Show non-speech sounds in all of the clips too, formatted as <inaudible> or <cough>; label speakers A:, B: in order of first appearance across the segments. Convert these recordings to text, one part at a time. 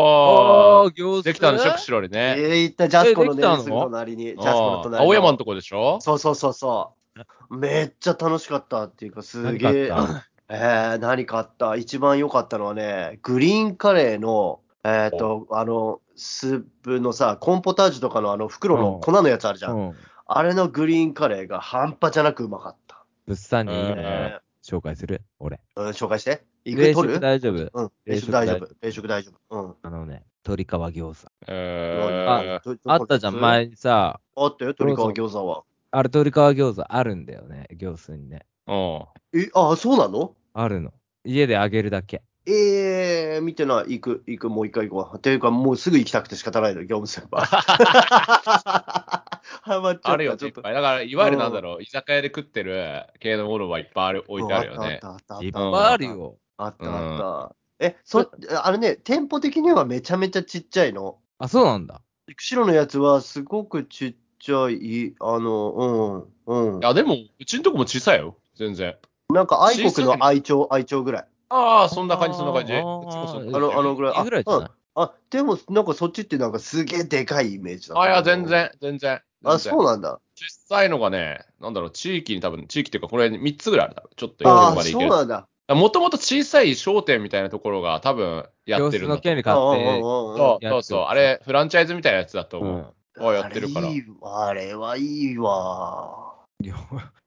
A: あ
B: あ
A: あ、
B: あ、
A: 行数
B: できたね、シェクシュラリ
C: え
B: ね。
C: ー、行ったジャスコの
B: えでき
C: ね、
B: たの
C: すぐ隣に。ジャスコの
B: ああ
C: 隣
B: 青山のとこでしょ
C: そうそうそうそう。めっちゃ楽しかったっていうか、すげえ
B: 何。買っ
C: えー、何買った一番良かったのはね、グリーンカレーの、えっ、と、あの、スープのさ、コーンポタージュとかのあの袋
A: う
C: の
A: ん
C: 粉のやつあるじゃん。
A: うん。
C: あれのグリーンカレーが半端じゃなくうまかった。
A: 物産にいい
B: うん
A: ね。
C: え
A: 紹介する俺。
C: ーうん、紹介して。いく
A: 冷
C: 取
A: 食
C: る
A: 大丈夫。
C: うん、
A: 冷
C: 冷
A: 食
C: 食
A: 大
C: 大
A: 丈夫
C: 丈夫。冷食大丈夫。うん。
A: あのね、鶏皮餃子。
B: え
C: どど
A: あったじゃん、
C: ど
A: 前にさ、
C: あったよ、鳥川餃子は。
A: あれ鶏皮餃子あるんだよね、餃子にね。
B: えうん。
C: え、あ、そうなの
A: あるの。家で揚げるだけ。
C: ええー、見てない。行く、行く、もう一回行こう。ていうか、もうすぐ行きたくて仕方ないの、業務スーパー。ハマっちゃった。
B: あるよ、
C: ち
B: い
C: ょ
B: っ
C: っと。
B: ぱい。だから、いわゆるなんだろう、居酒屋で食ってる系のものはいっぱいある置いてあるよね。
C: あったあ
A: いっ
C: っ
A: ぱ
C: た
A: い
C: あった。
A: あるよ。
C: あったあった。え、そ、あれね、店舗的にはめちゃめちゃちっちゃいの。
A: あ、そうなんだ。
C: 釧路のやつはすごくちっちゃい、あの、うん、うん
B: い。や、でも、うちのとこも小さいよ、全然。
C: なんか愛国
B: 小さい
C: の愛鳥、愛鳥ぐらい。
B: ああ、そんな感じ、そんな感じ。
A: あ
B: あ
A: ーあー
C: あのぐらい
A: いいぐらいじゃない
C: あ、でも、なんかそっちってなんかすげえでかいイメージだった。
B: あ、いや、全。然、全然。
C: あ、そう
B: う
C: なんだ。
B: 小さいのがね、なんだろう、地域に多分、地域っていうか、これ3つぐらいある多分ちょっと
C: あ
B: 横
C: ー、
B: まで行
C: そ
B: け
C: う
B: る。
C: なんだ。
B: もともと小さい商店みたいなところが多分やっ
A: 餃
B: て
A: 子
B: るんだ
A: の
B: と
A: 権利買って、
B: そう
A: やってる
B: そうそう、あれ、フランチャイズみたいなやつだと
A: う
B: 思
A: ん
B: う。あやってるから
C: あれいいわあれはいいわ。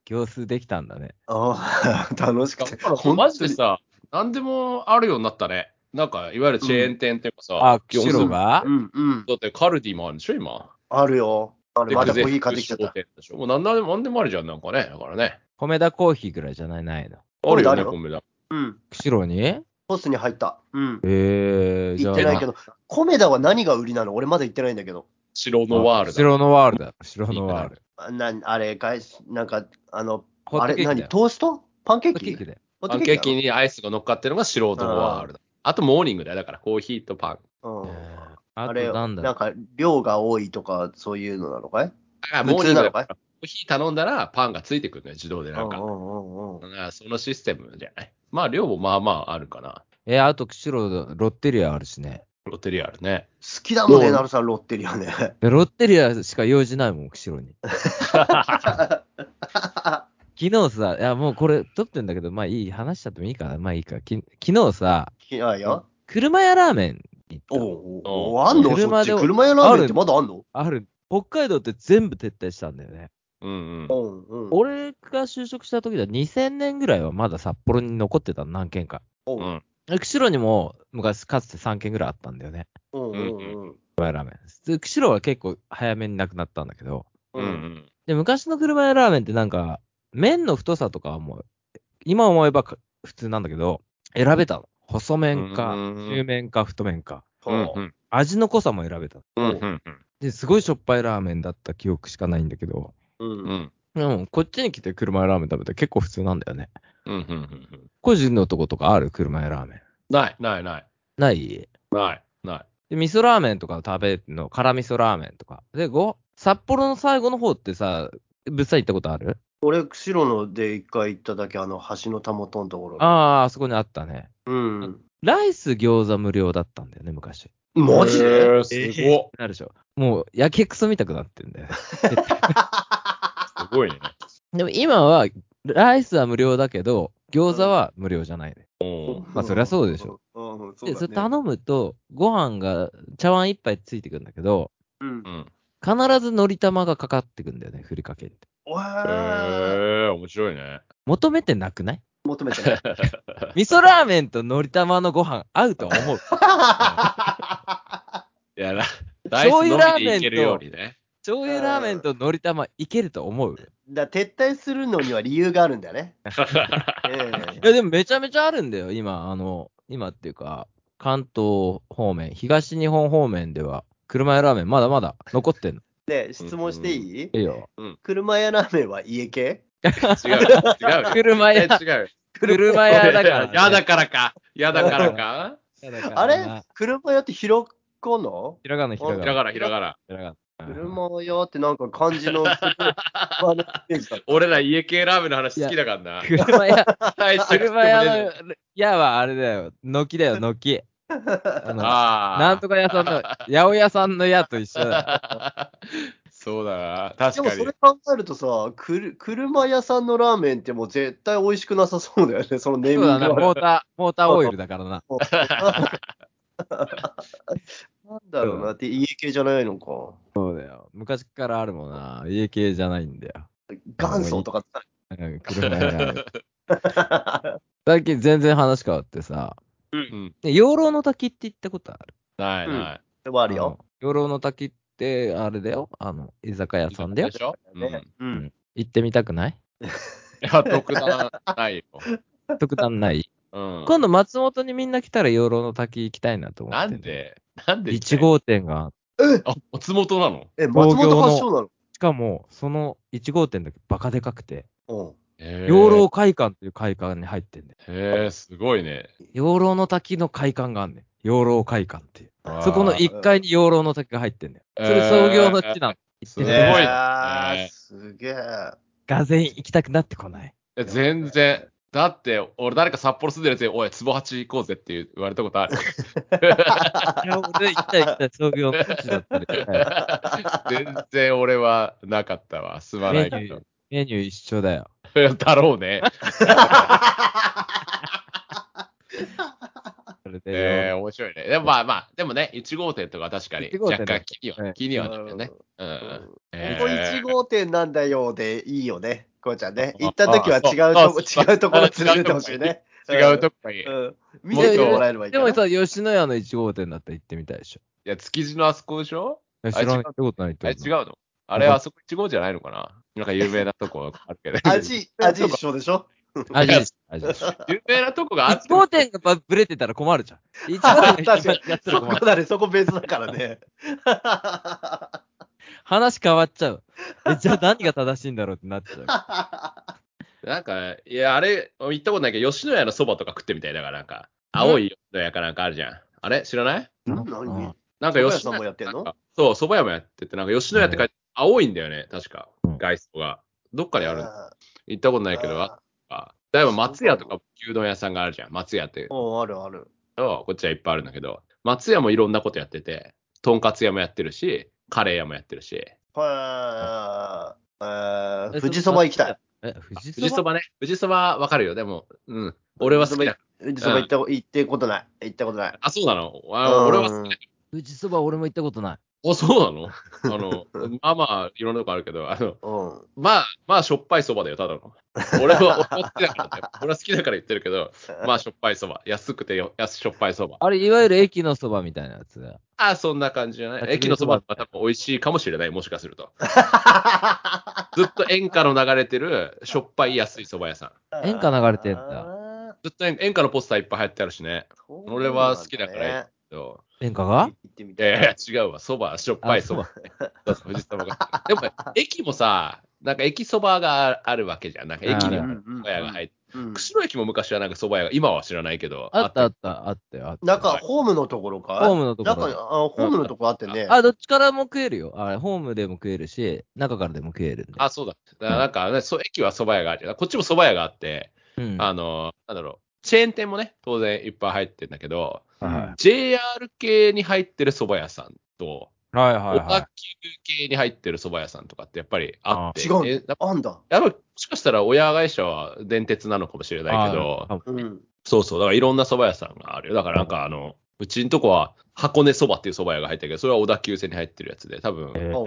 A: 行数できたんだね。
C: あ <laughs> ー楽しくて。
B: そうマジでさ、なんでもあるようになったね。なんか、いわゆるチェーン店っていうかさ、
A: あ、釧路が
C: うんうん。
B: だってカルディもあるんでしょ、今。
C: あるよ。あれ
B: で
C: またコーヒー買ってきちゃっ
B: 商
C: た。
B: 店でしょ。もうなんでもなんでもあるじゃん、なんかね。だからね。
A: 米田コーヒーぐらいじゃないないの。
B: あるよね、
C: 今度あるよ
B: コンビニ。
C: うん。
A: 釧路に
C: ポスに入った。うん。
A: えー、じ
C: 行
A: ゃ
C: っ
A: あ
C: てないけど、コメダは何が売りなの俺まだ行ってないんだけど。
B: 白のワールド。
A: 白のワールド。白のワールド。
C: あなんあれ、外しなんか、あの、
A: ホッ
C: あ
A: ト
C: れ、
A: ケーキだ
C: 何
A: よ。
C: トーストパンケ
A: ホ
C: ー
A: ットケーキ
C: キ
A: だよ。
C: パ
B: パンケーキ
C: なの
B: にアイスが乗っかってるのが素人のワールド。あとモーニングだよ。だからコーヒーとパン。
C: うん
A: あ
C: あ
A: と
C: れ、
A: な
C: なんん
A: だろう
C: か量が多いとか、そういうのなのかい
B: あ
C: 普
B: モーニ
C: 通
B: ング
C: な
B: だ
C: の
B: か
C: からい
B: コーヒー頼んだらパンがついてくるね、自動でなんか。
C: うんうんうんうん
B: だからそのシステムじゃない。まあ量もまあまああるかな。
A: えー、あと釧路、ロッテリアあるしね。
B: ロッテリアあるね。
C: 好きだもん
B: う
C: ね、
B: ん
C: ナルさん、ロッテリアね。
A: い
C: <laughs>
A: やロッテリアしか用事ないもん、釧路に。昨日さ、いやもうこれ撮ってんだけど、まあいい、話しちゃってもいいかな。まあいいか。き昨日さ、
C: いやいや。
A: 車屋ラーメン行った
C: おう
A: の
C: おうおうあんの
A: 車
C: 車
A: で
C: そっち車屋ラーメンって
A: ある
C: まだあんの
A: ある、北海道って全部撤退したんだよね。
B: うんうん。
C: うんうん。
A: 俺が就職した時だ、2000年ぐらいはまだ札幌に残ってたの何軒か。
C: おう
B: うん
A: で釧路にも昔かつて3軒ぐらいあったんだよね。
C: うんうん
A: 車屋ラーメン。で釧路は結構早めになくなったんだけど。
C: う。
B: うんうんん。
A: で、昔の車屋ラーメンってなんか、麺の太さとかはもう、今思えばか普通なんだけど、選べたの。細麺か、
B: うんうんうん
A: 中麺か、太麺か。
B: うん
C: は
B: うん
A: 味の濃さも選べたの。
B: うんうん
A: で、すごいしょっぱいラーメンだった記憶しかないんだけど、
C: あうん
B: うんうん
A: でもこっちに来て車屋ラーメン食べたら結構普通なんだよね。
B: うんうんうん
A: 個人のとことかある車屋ラーメン。
B: ないないない
A: ない
B: ないない。
A: で、味噌ラーメンとかを食べるの、辛味噌ラーメンとか。で、ご、札幌の最後の方ってさ、ぶっさ行ったことある
C: 俺、釧路ので一回行っただけ、あの、橋のたもとのところ。
A: あー、あそこにあったね。
C: うん。
A: ライス餃子無料だったんだよね、昔。
C: マジ
B: へ
C: で
B: ーすごっ
A: なるでしょ。もう、やけくそみたくなってんだよね。
B: すごいね。
A: <laughs> でも今は、ライスは無料だけど、餃子は無料じゃないね。
B: お
A: まあそりゃそうでしょ
C: うん。うん、そう
A: で、
C: だ
A: そ
C: ね
A: れ頼むと、ご飯が、茶碗一杯ついてくるんだけど、
C: うん
B: う。ん。
A: 必ずのり玉がかかってくんだよね、ふりかけって。
C: お
B: へ
C: ー
B: え、面白いね。
A: 求めてなく <laughs> ない
C: 求めてない。
A: 味噌ラーメンとのり玉のご飯合うと思 <laughs> う。
B: いや、ラライス
A: 醤油ラ
B: の
A: ー
B: み
A: メ
B: で
A: ン
B: いけ
A: と
B: るようにね。
A: 醤油ラーメンとのり玉いけると思う。い
C: だから撤退するのには理由があるんだよ <laughs> ね。ええ
A: や、でもめちゃめちゃあるんだよ、今。あの、今っていうか、関東方面、東日本方面では、車屋ラーメンまだまだ残ってんの。
C: で、質問していい
A: いいよ。
C: 車屋ラーメンは家系
B: 違うよ。違うよ。
A: 車
B: え
A: 屋、
B: 違うよ。
A: 車屋だから、
B: やだからか。やだからか。
C: あれ車屋って広この
A: ひらがな、ひら
B: ひら
A: がな。
B: がな、ひらがな。
A: ひらがな
C: 車屋ってなんか漢
B: <laughs>
C: 字の車のイメージだった。
B: 俺ら家系ラーメンの話好きだからな。
A: 車屋、
B: 大したこと
A: 車
B: もねえのに
A: 屋の、屋はあれだよ。軒だよ、軒。あの
B: ああ。
A: なんとか屋さんの、八百屋さんの屋と一緒だ。
B: そうだな。
C: で
B: 確
C: も
B: か
C: そ
B: に
C: れ。考えるとさ、くる車屋さんのラーメンってもう絶対美味しくなさそうだよね、そのネー
A: そ
C: ミ
A: うだ
C: ング
A: な、
C: は。
A: モーター、モーターオイルだからな。
C: なんだろうなって、家系じゃないのか。
A: そうだよ。昔からあるもんな。家系じゃないんだよ。
C: 元祖とかって
A: うん車屋がある最近全然話変わってさ、
B: うん。
A: で養老の滝って行ったことある
B: ないな
C: でもあるよ。
A: の養老の滝って、あれだよ。あの、居酒屋
B: い。
A: さんだよ
B: で。しょうん。い
C: ねうん。
A: 行ってみたくない
B: や、特段ないよ。
A: 特段ない
B: うん。
A: 今度松本にみんな来たら養老の滝行きたいなと思
B: な
A: って。
B: んでなんで
A: 1号店が、
B: あ、おつもとなの
C: え、松本発祥なの
A: しかも、その1号店だけバカでかくて、
C: うん。
A: 養老会館という会館に入ってんだよ。
B: へえ、すごいね。
A: 養老の滝の会館があんねん。養老会館っていう。そこの
B: 一
A: 1階に養老の滝が入ってんだよ。それ創業の地なの。行ってみ
B: すごい
A: たい
B: ね
C: えーすげえ。
A: がぜん行きたくなってこない。
B: え全然。だって、俺誰か札幌住んでるやつに、おい、つぼ八行こうぜって言われたことあ
A: <laughs>
B: る。
A: <laughs> いや、俺行きたい行きたい創業の地だったり。はい
B: 全然俺はなかったわ。すまないけど。
A: <laughs> メニュー一緒だよ。
B: だろうね。
A: それで
B: えー、面白いね。でもまあまあ、でもね、1号店とか確かに
A: 1号
B: 若
A: 店だ
B: 干気に
A: は
B: はい気にはなるよね。う
C: うん
B: ん。え
C: ここ
B: ー
C: 1号店なんだよでいいよね、こうちゃんね。
B: あ
C: 行った時は違う
B: あ
C: とこ、
B: そう
C: 違うところ連れてってほしいね。
B: 違うとこに。い
C: うん。見せてもらえればいい
A: で
C: か
A: も
C: な。
A: さ、吉野家の1号店だったら行ってみたいでしょ。
B: や、築地のあそこでしょ
A: いや
B: あ
A: 知らない。
B: 違う
A: 行ったことないって
B: あ
A: こ
B: れ
A: と
B: 違うのあれ、あそこ1号じゃないのかななんか有名なとこあるけど。 <laughs>
C: 味、 <laughs> 味一緒でしょ
A: あ、味です。味です。
B: 有名なとこがあっ
A: 1
B: ても
A: 号店がぶれてたら困るじゃん。1号
C: 確
A: 店
C: か
A: が
C: に
A: やったら
C: そ
A: 困る。
C: こだね、そこ別だからね。
A: <laughs> 話変わっちゃう。え、じゃあ何が正しいんだろうってなっちゃ。
B: なんか、いや、あれ、行ったことないけど、吉野家のそばとか食ってみたいだから、なんか、青い吉野家かなんかあるじゃん。あれ知らないう
C: うん何
B: なんか
C: 蕎麦屋
B: 吉
C: さん
B: 野
C: もやってん
B: なん
C: の
B: かそう、そば屋もやってて、なんか吉野家って書いて、青いんだよね、確か。外装が。どっかである。行ったことないけど、ああだいぶ松屋とか牛丼屋さんがあるじゃん。松屋って。
C: おあるある。
B: こっちはいっぱいあるんだけど、松屋もいろんなことやってて、とんかつ屋もやってるし、カレー屋もやってるし、
C: はえ
A: う。
C: 富士そば行きたい。。
A: え、富士
B: 富士そ
A: そば
B: ばね。富士そばわかるよ。でも、うん。俺は好きだ。
C: 富士そば行った行ってことない。行ったことない。
B: あ、そうなのあ俺は好きだ
C: うん
A: 富士そば俺も行ったことない。
B: お、そうなのあの、まあまあ、いろんなとこあるけど、あの、
C: うん。
B: まあ、まあ、しょっぱいそばだよ、ただの。俺は、俺は好きだからね、俺は好きだから言ってるけど、まあ、しょっぱいそば。安くてよ、安しょっぱいそば。
A: あれ、いわゆる駅のそばみたいなやつだ。
B: ああ、そんな感じじゃない。駅のそばは多分美味しいかもしれない、もしかすると。ずっと演歌の流れてる、しょっぱい安いそば屋さん。
A: 演歌流れてん
C: だ。
B: ずっと演演歌のポスターいっぱい入ってあるしね。俺は好きだからそう
A: 演歌
C: 行
A: が
C: ってみ
B: い
C: たい。
B: やいや、違うわ。そば、しょっぱいそば。そうそう藤沢が。でも、駅もさ、なんか駅そばがあるわけじゃん。なんか駅に
A: あ
B: も
A: る
B: そば屋が入って。
C: うん
B: 釧路駅も昔はなんかそば屋が、今は知らないけど。
A: あったあったあったよあった。
C: なんか、ホームのところか
A: ホームのところ
C: 中にあホームのところあってね。
A: あ、どっちからも食えるよ。あれ、ホームでも食えるし、中からでも食えるんで。
B: あ、そうだ。だからなんか、ねそう駅はそば屋がある。こっちもそば屋があって、
A: うん、
B: あの、なんだろう。チェーン店もね、当然いっぱい入ってんだけど、
A: は
B: JR 系に入ってるそば屋さんと、
A: いはいはい
B: 小田
A: は
B: 急系に入ってるそば屋さんとかってやっぱりあって。
C: 違うんだ
B: えやっぱ
C: あんだ。
B: やっぱもしかしたら親会社は電鉄なのかもしれ
A: い。
B: ないけど、
A: あ
C: うん。
B: そうそう、だからいろんな蕎麦屋さんがあるよ。だからなんかあの、うちんとこは箱根蕎麦っていう蕎麦屋が入ってるけど、それは小田急線に入ってるやつで、多
A: え
B: 分
A: ー
C: ホ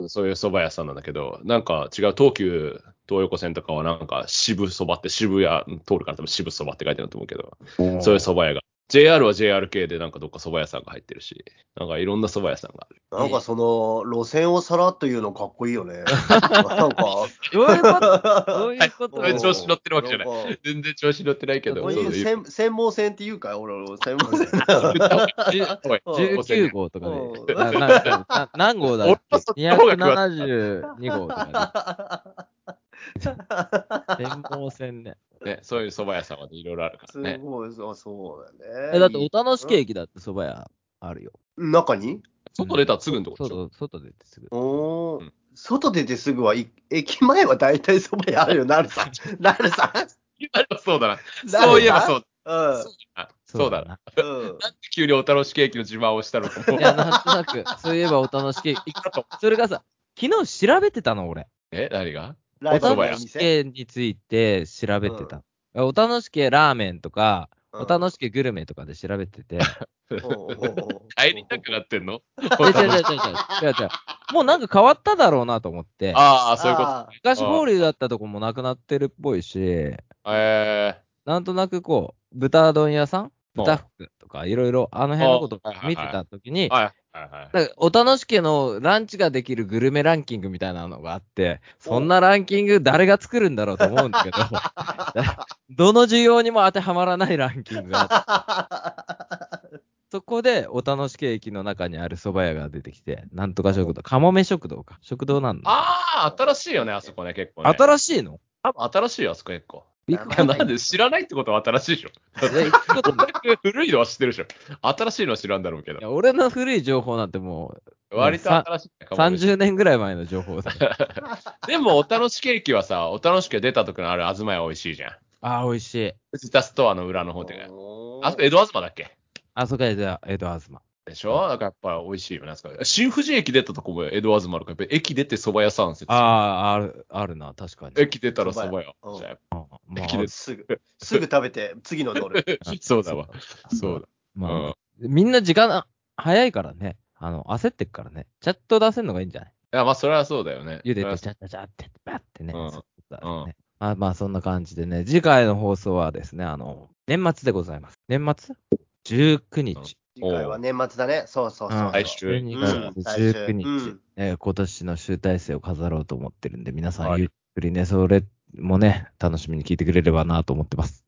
C: ー
B: そういう蕎麦屋さんなんだけど、なんか違う東急東横線とかはなんか渋蕎麦って渋谷通るから多分渋蕎麦って書いてあると思うけど、そういう蕎麦屋が。JR は JR 系でなんかどっか蕎麦屋さんが入ってるし、なんかいろんな蕎麦屋さんがある。
C: なんかその路線をさらっと言うのかっこいい
B: <laughs>
C: よね。なんか。
A: どういうことどういうこと
B: これ調子乗ってるわけじゃない
C: い。
B: 全然調子乗ってないけど、
C: こういう
B: そう
C: 専専門線っていうか、俺、俺専門線。
B: そうおい
C: うん
A: 19号とか
C: う
A: で。
C: ん
A: ななな何号だっけ
B: 俺はそっちの方が
A: 272号とか
C: <laughs>
A: で。天望線ね。
B: ね、そういう蕎麦屋さんはいろいろあるか
C: す
B: ら <laughs> ね。
C: ごい、そうそうだね。
A: え、だって、おたのしケーキだって蕎麦屋あるよ。
C: 中に
B: 外出たらすぐのとこでしょ。
A: 外、外出てすぐ。
C: おー
B: うん
C: 外出てすぐはい駅前は大体そば
B: <laughs>
C: にあるよ、なるさん。なるさん。
B: あれはそうだな。そういえばそう
C: う
B: だ。
C: ん。
B: あそうだな。
C: うん。
B: なんで急にお楽しケーキの自慢をしたのかも
A: い。や、なんとなく、そういえばお楽しみ。それがさ、昨日調べてたの、俺。
B: え、何が
C: ライバル
A: お
C: の
A: 楽し
C: 店。
A: みについて調べてた。お楽しみラーメンとか、
C: うん
A: お楽しみグルメとかで調べてて。
C: おうおうおう
B: 入りたくなってんの
A: え <laughs> 違う違う違う違う違う違う。もうなんか変わっただろうなと思って。
B: <laughs> ああ、そういうこと。
C: あ
A: 昔ボールだったとこもなくなってるっぽいし、
B: え
A: なんとなくこう、豚丼屋さん
B: うん
A: 豚服とかいろいろあの辺のこと見てた時に
B: ー、、はいはいはい。
A: なんかお楽しけのランチができるグルメランキングみたいなのがあって、そんなランキング誰が作るんだろうと思うんだけ <laughs> ど、どの需要にも当てはまらないランキングがあって、 <laughs> そこでお楽しけ駅の中にある蕎麦屋が出てきて、なんとか食堂、かもめ食堂か、食堂なんだ。
B: ああ、新しいよね、あそこね、結構ね。
A: 新しいの
B: 多分新しいよ、あそこ結構。
A: 行くこ
C: や
A: と
C: ば
A: な
B: ないんで知らないってことは新しいでしょ。 <laughs>
A: いや行くこと <laughs> ない
B: 古いのは知ってるでしょ。新しいのは知らんだろうけ
A: い
B: ど。
A: や俺の古い情報なんても
B: 割と新しいね。
A: う
B: かもめ
A: 30年ぐらい前の情報だ。
B: でも、お楽しケーキはさ、お楽しケ出た時のある東屋美味しいじゃん。
A: <laughs> ああ、美味しい。
B: 藤田ストアの裏の方で。
C: おー
B: あそこ、江戸東だっけ
A: あそこでじゃあ、江戸東。
B: でしょだからやっぱ美味しいよね。あそこ新富士駅出たとこも江戸東あるから、やっぱ駅出て蕎麦屋さん説。
A: ああ、ある、あるな、確かに。
B: 駅出たら蕎麦屋。
C: うん
B: じゃ
A: まあまあ
B: 駅です
C: ぐ、すぐ食べて、次の乗る。
B: あ <laughs> そうだわ。そうだ。
A: まあ
B: うん
A: みんな時間あ早いからね。あの、焦ってっからね。チャット出せるのがいいんじゃない
B: いや、まあ、それはそうだよね。
A: 茹で
B: それ
A: て、
B: は
A: チャチャチャって、バッてね。
B: うん
A: そうだねまあまあ、そんな感じでね。次回の放送はですね、あの、年末でございます。年末 ?19 日。
C: 次回は年末だね。そうそうそう。
A: うん
B: 来週
A: 12
C: うん
A: 月19日、
C: 来週うん
A: えー今年の集大成を飾ろうと思ってるんで、皆さ
B: は
A: ん
B: い
A: ゆっくりね、それもね、楽しみに聞いてくれればなと思ってます。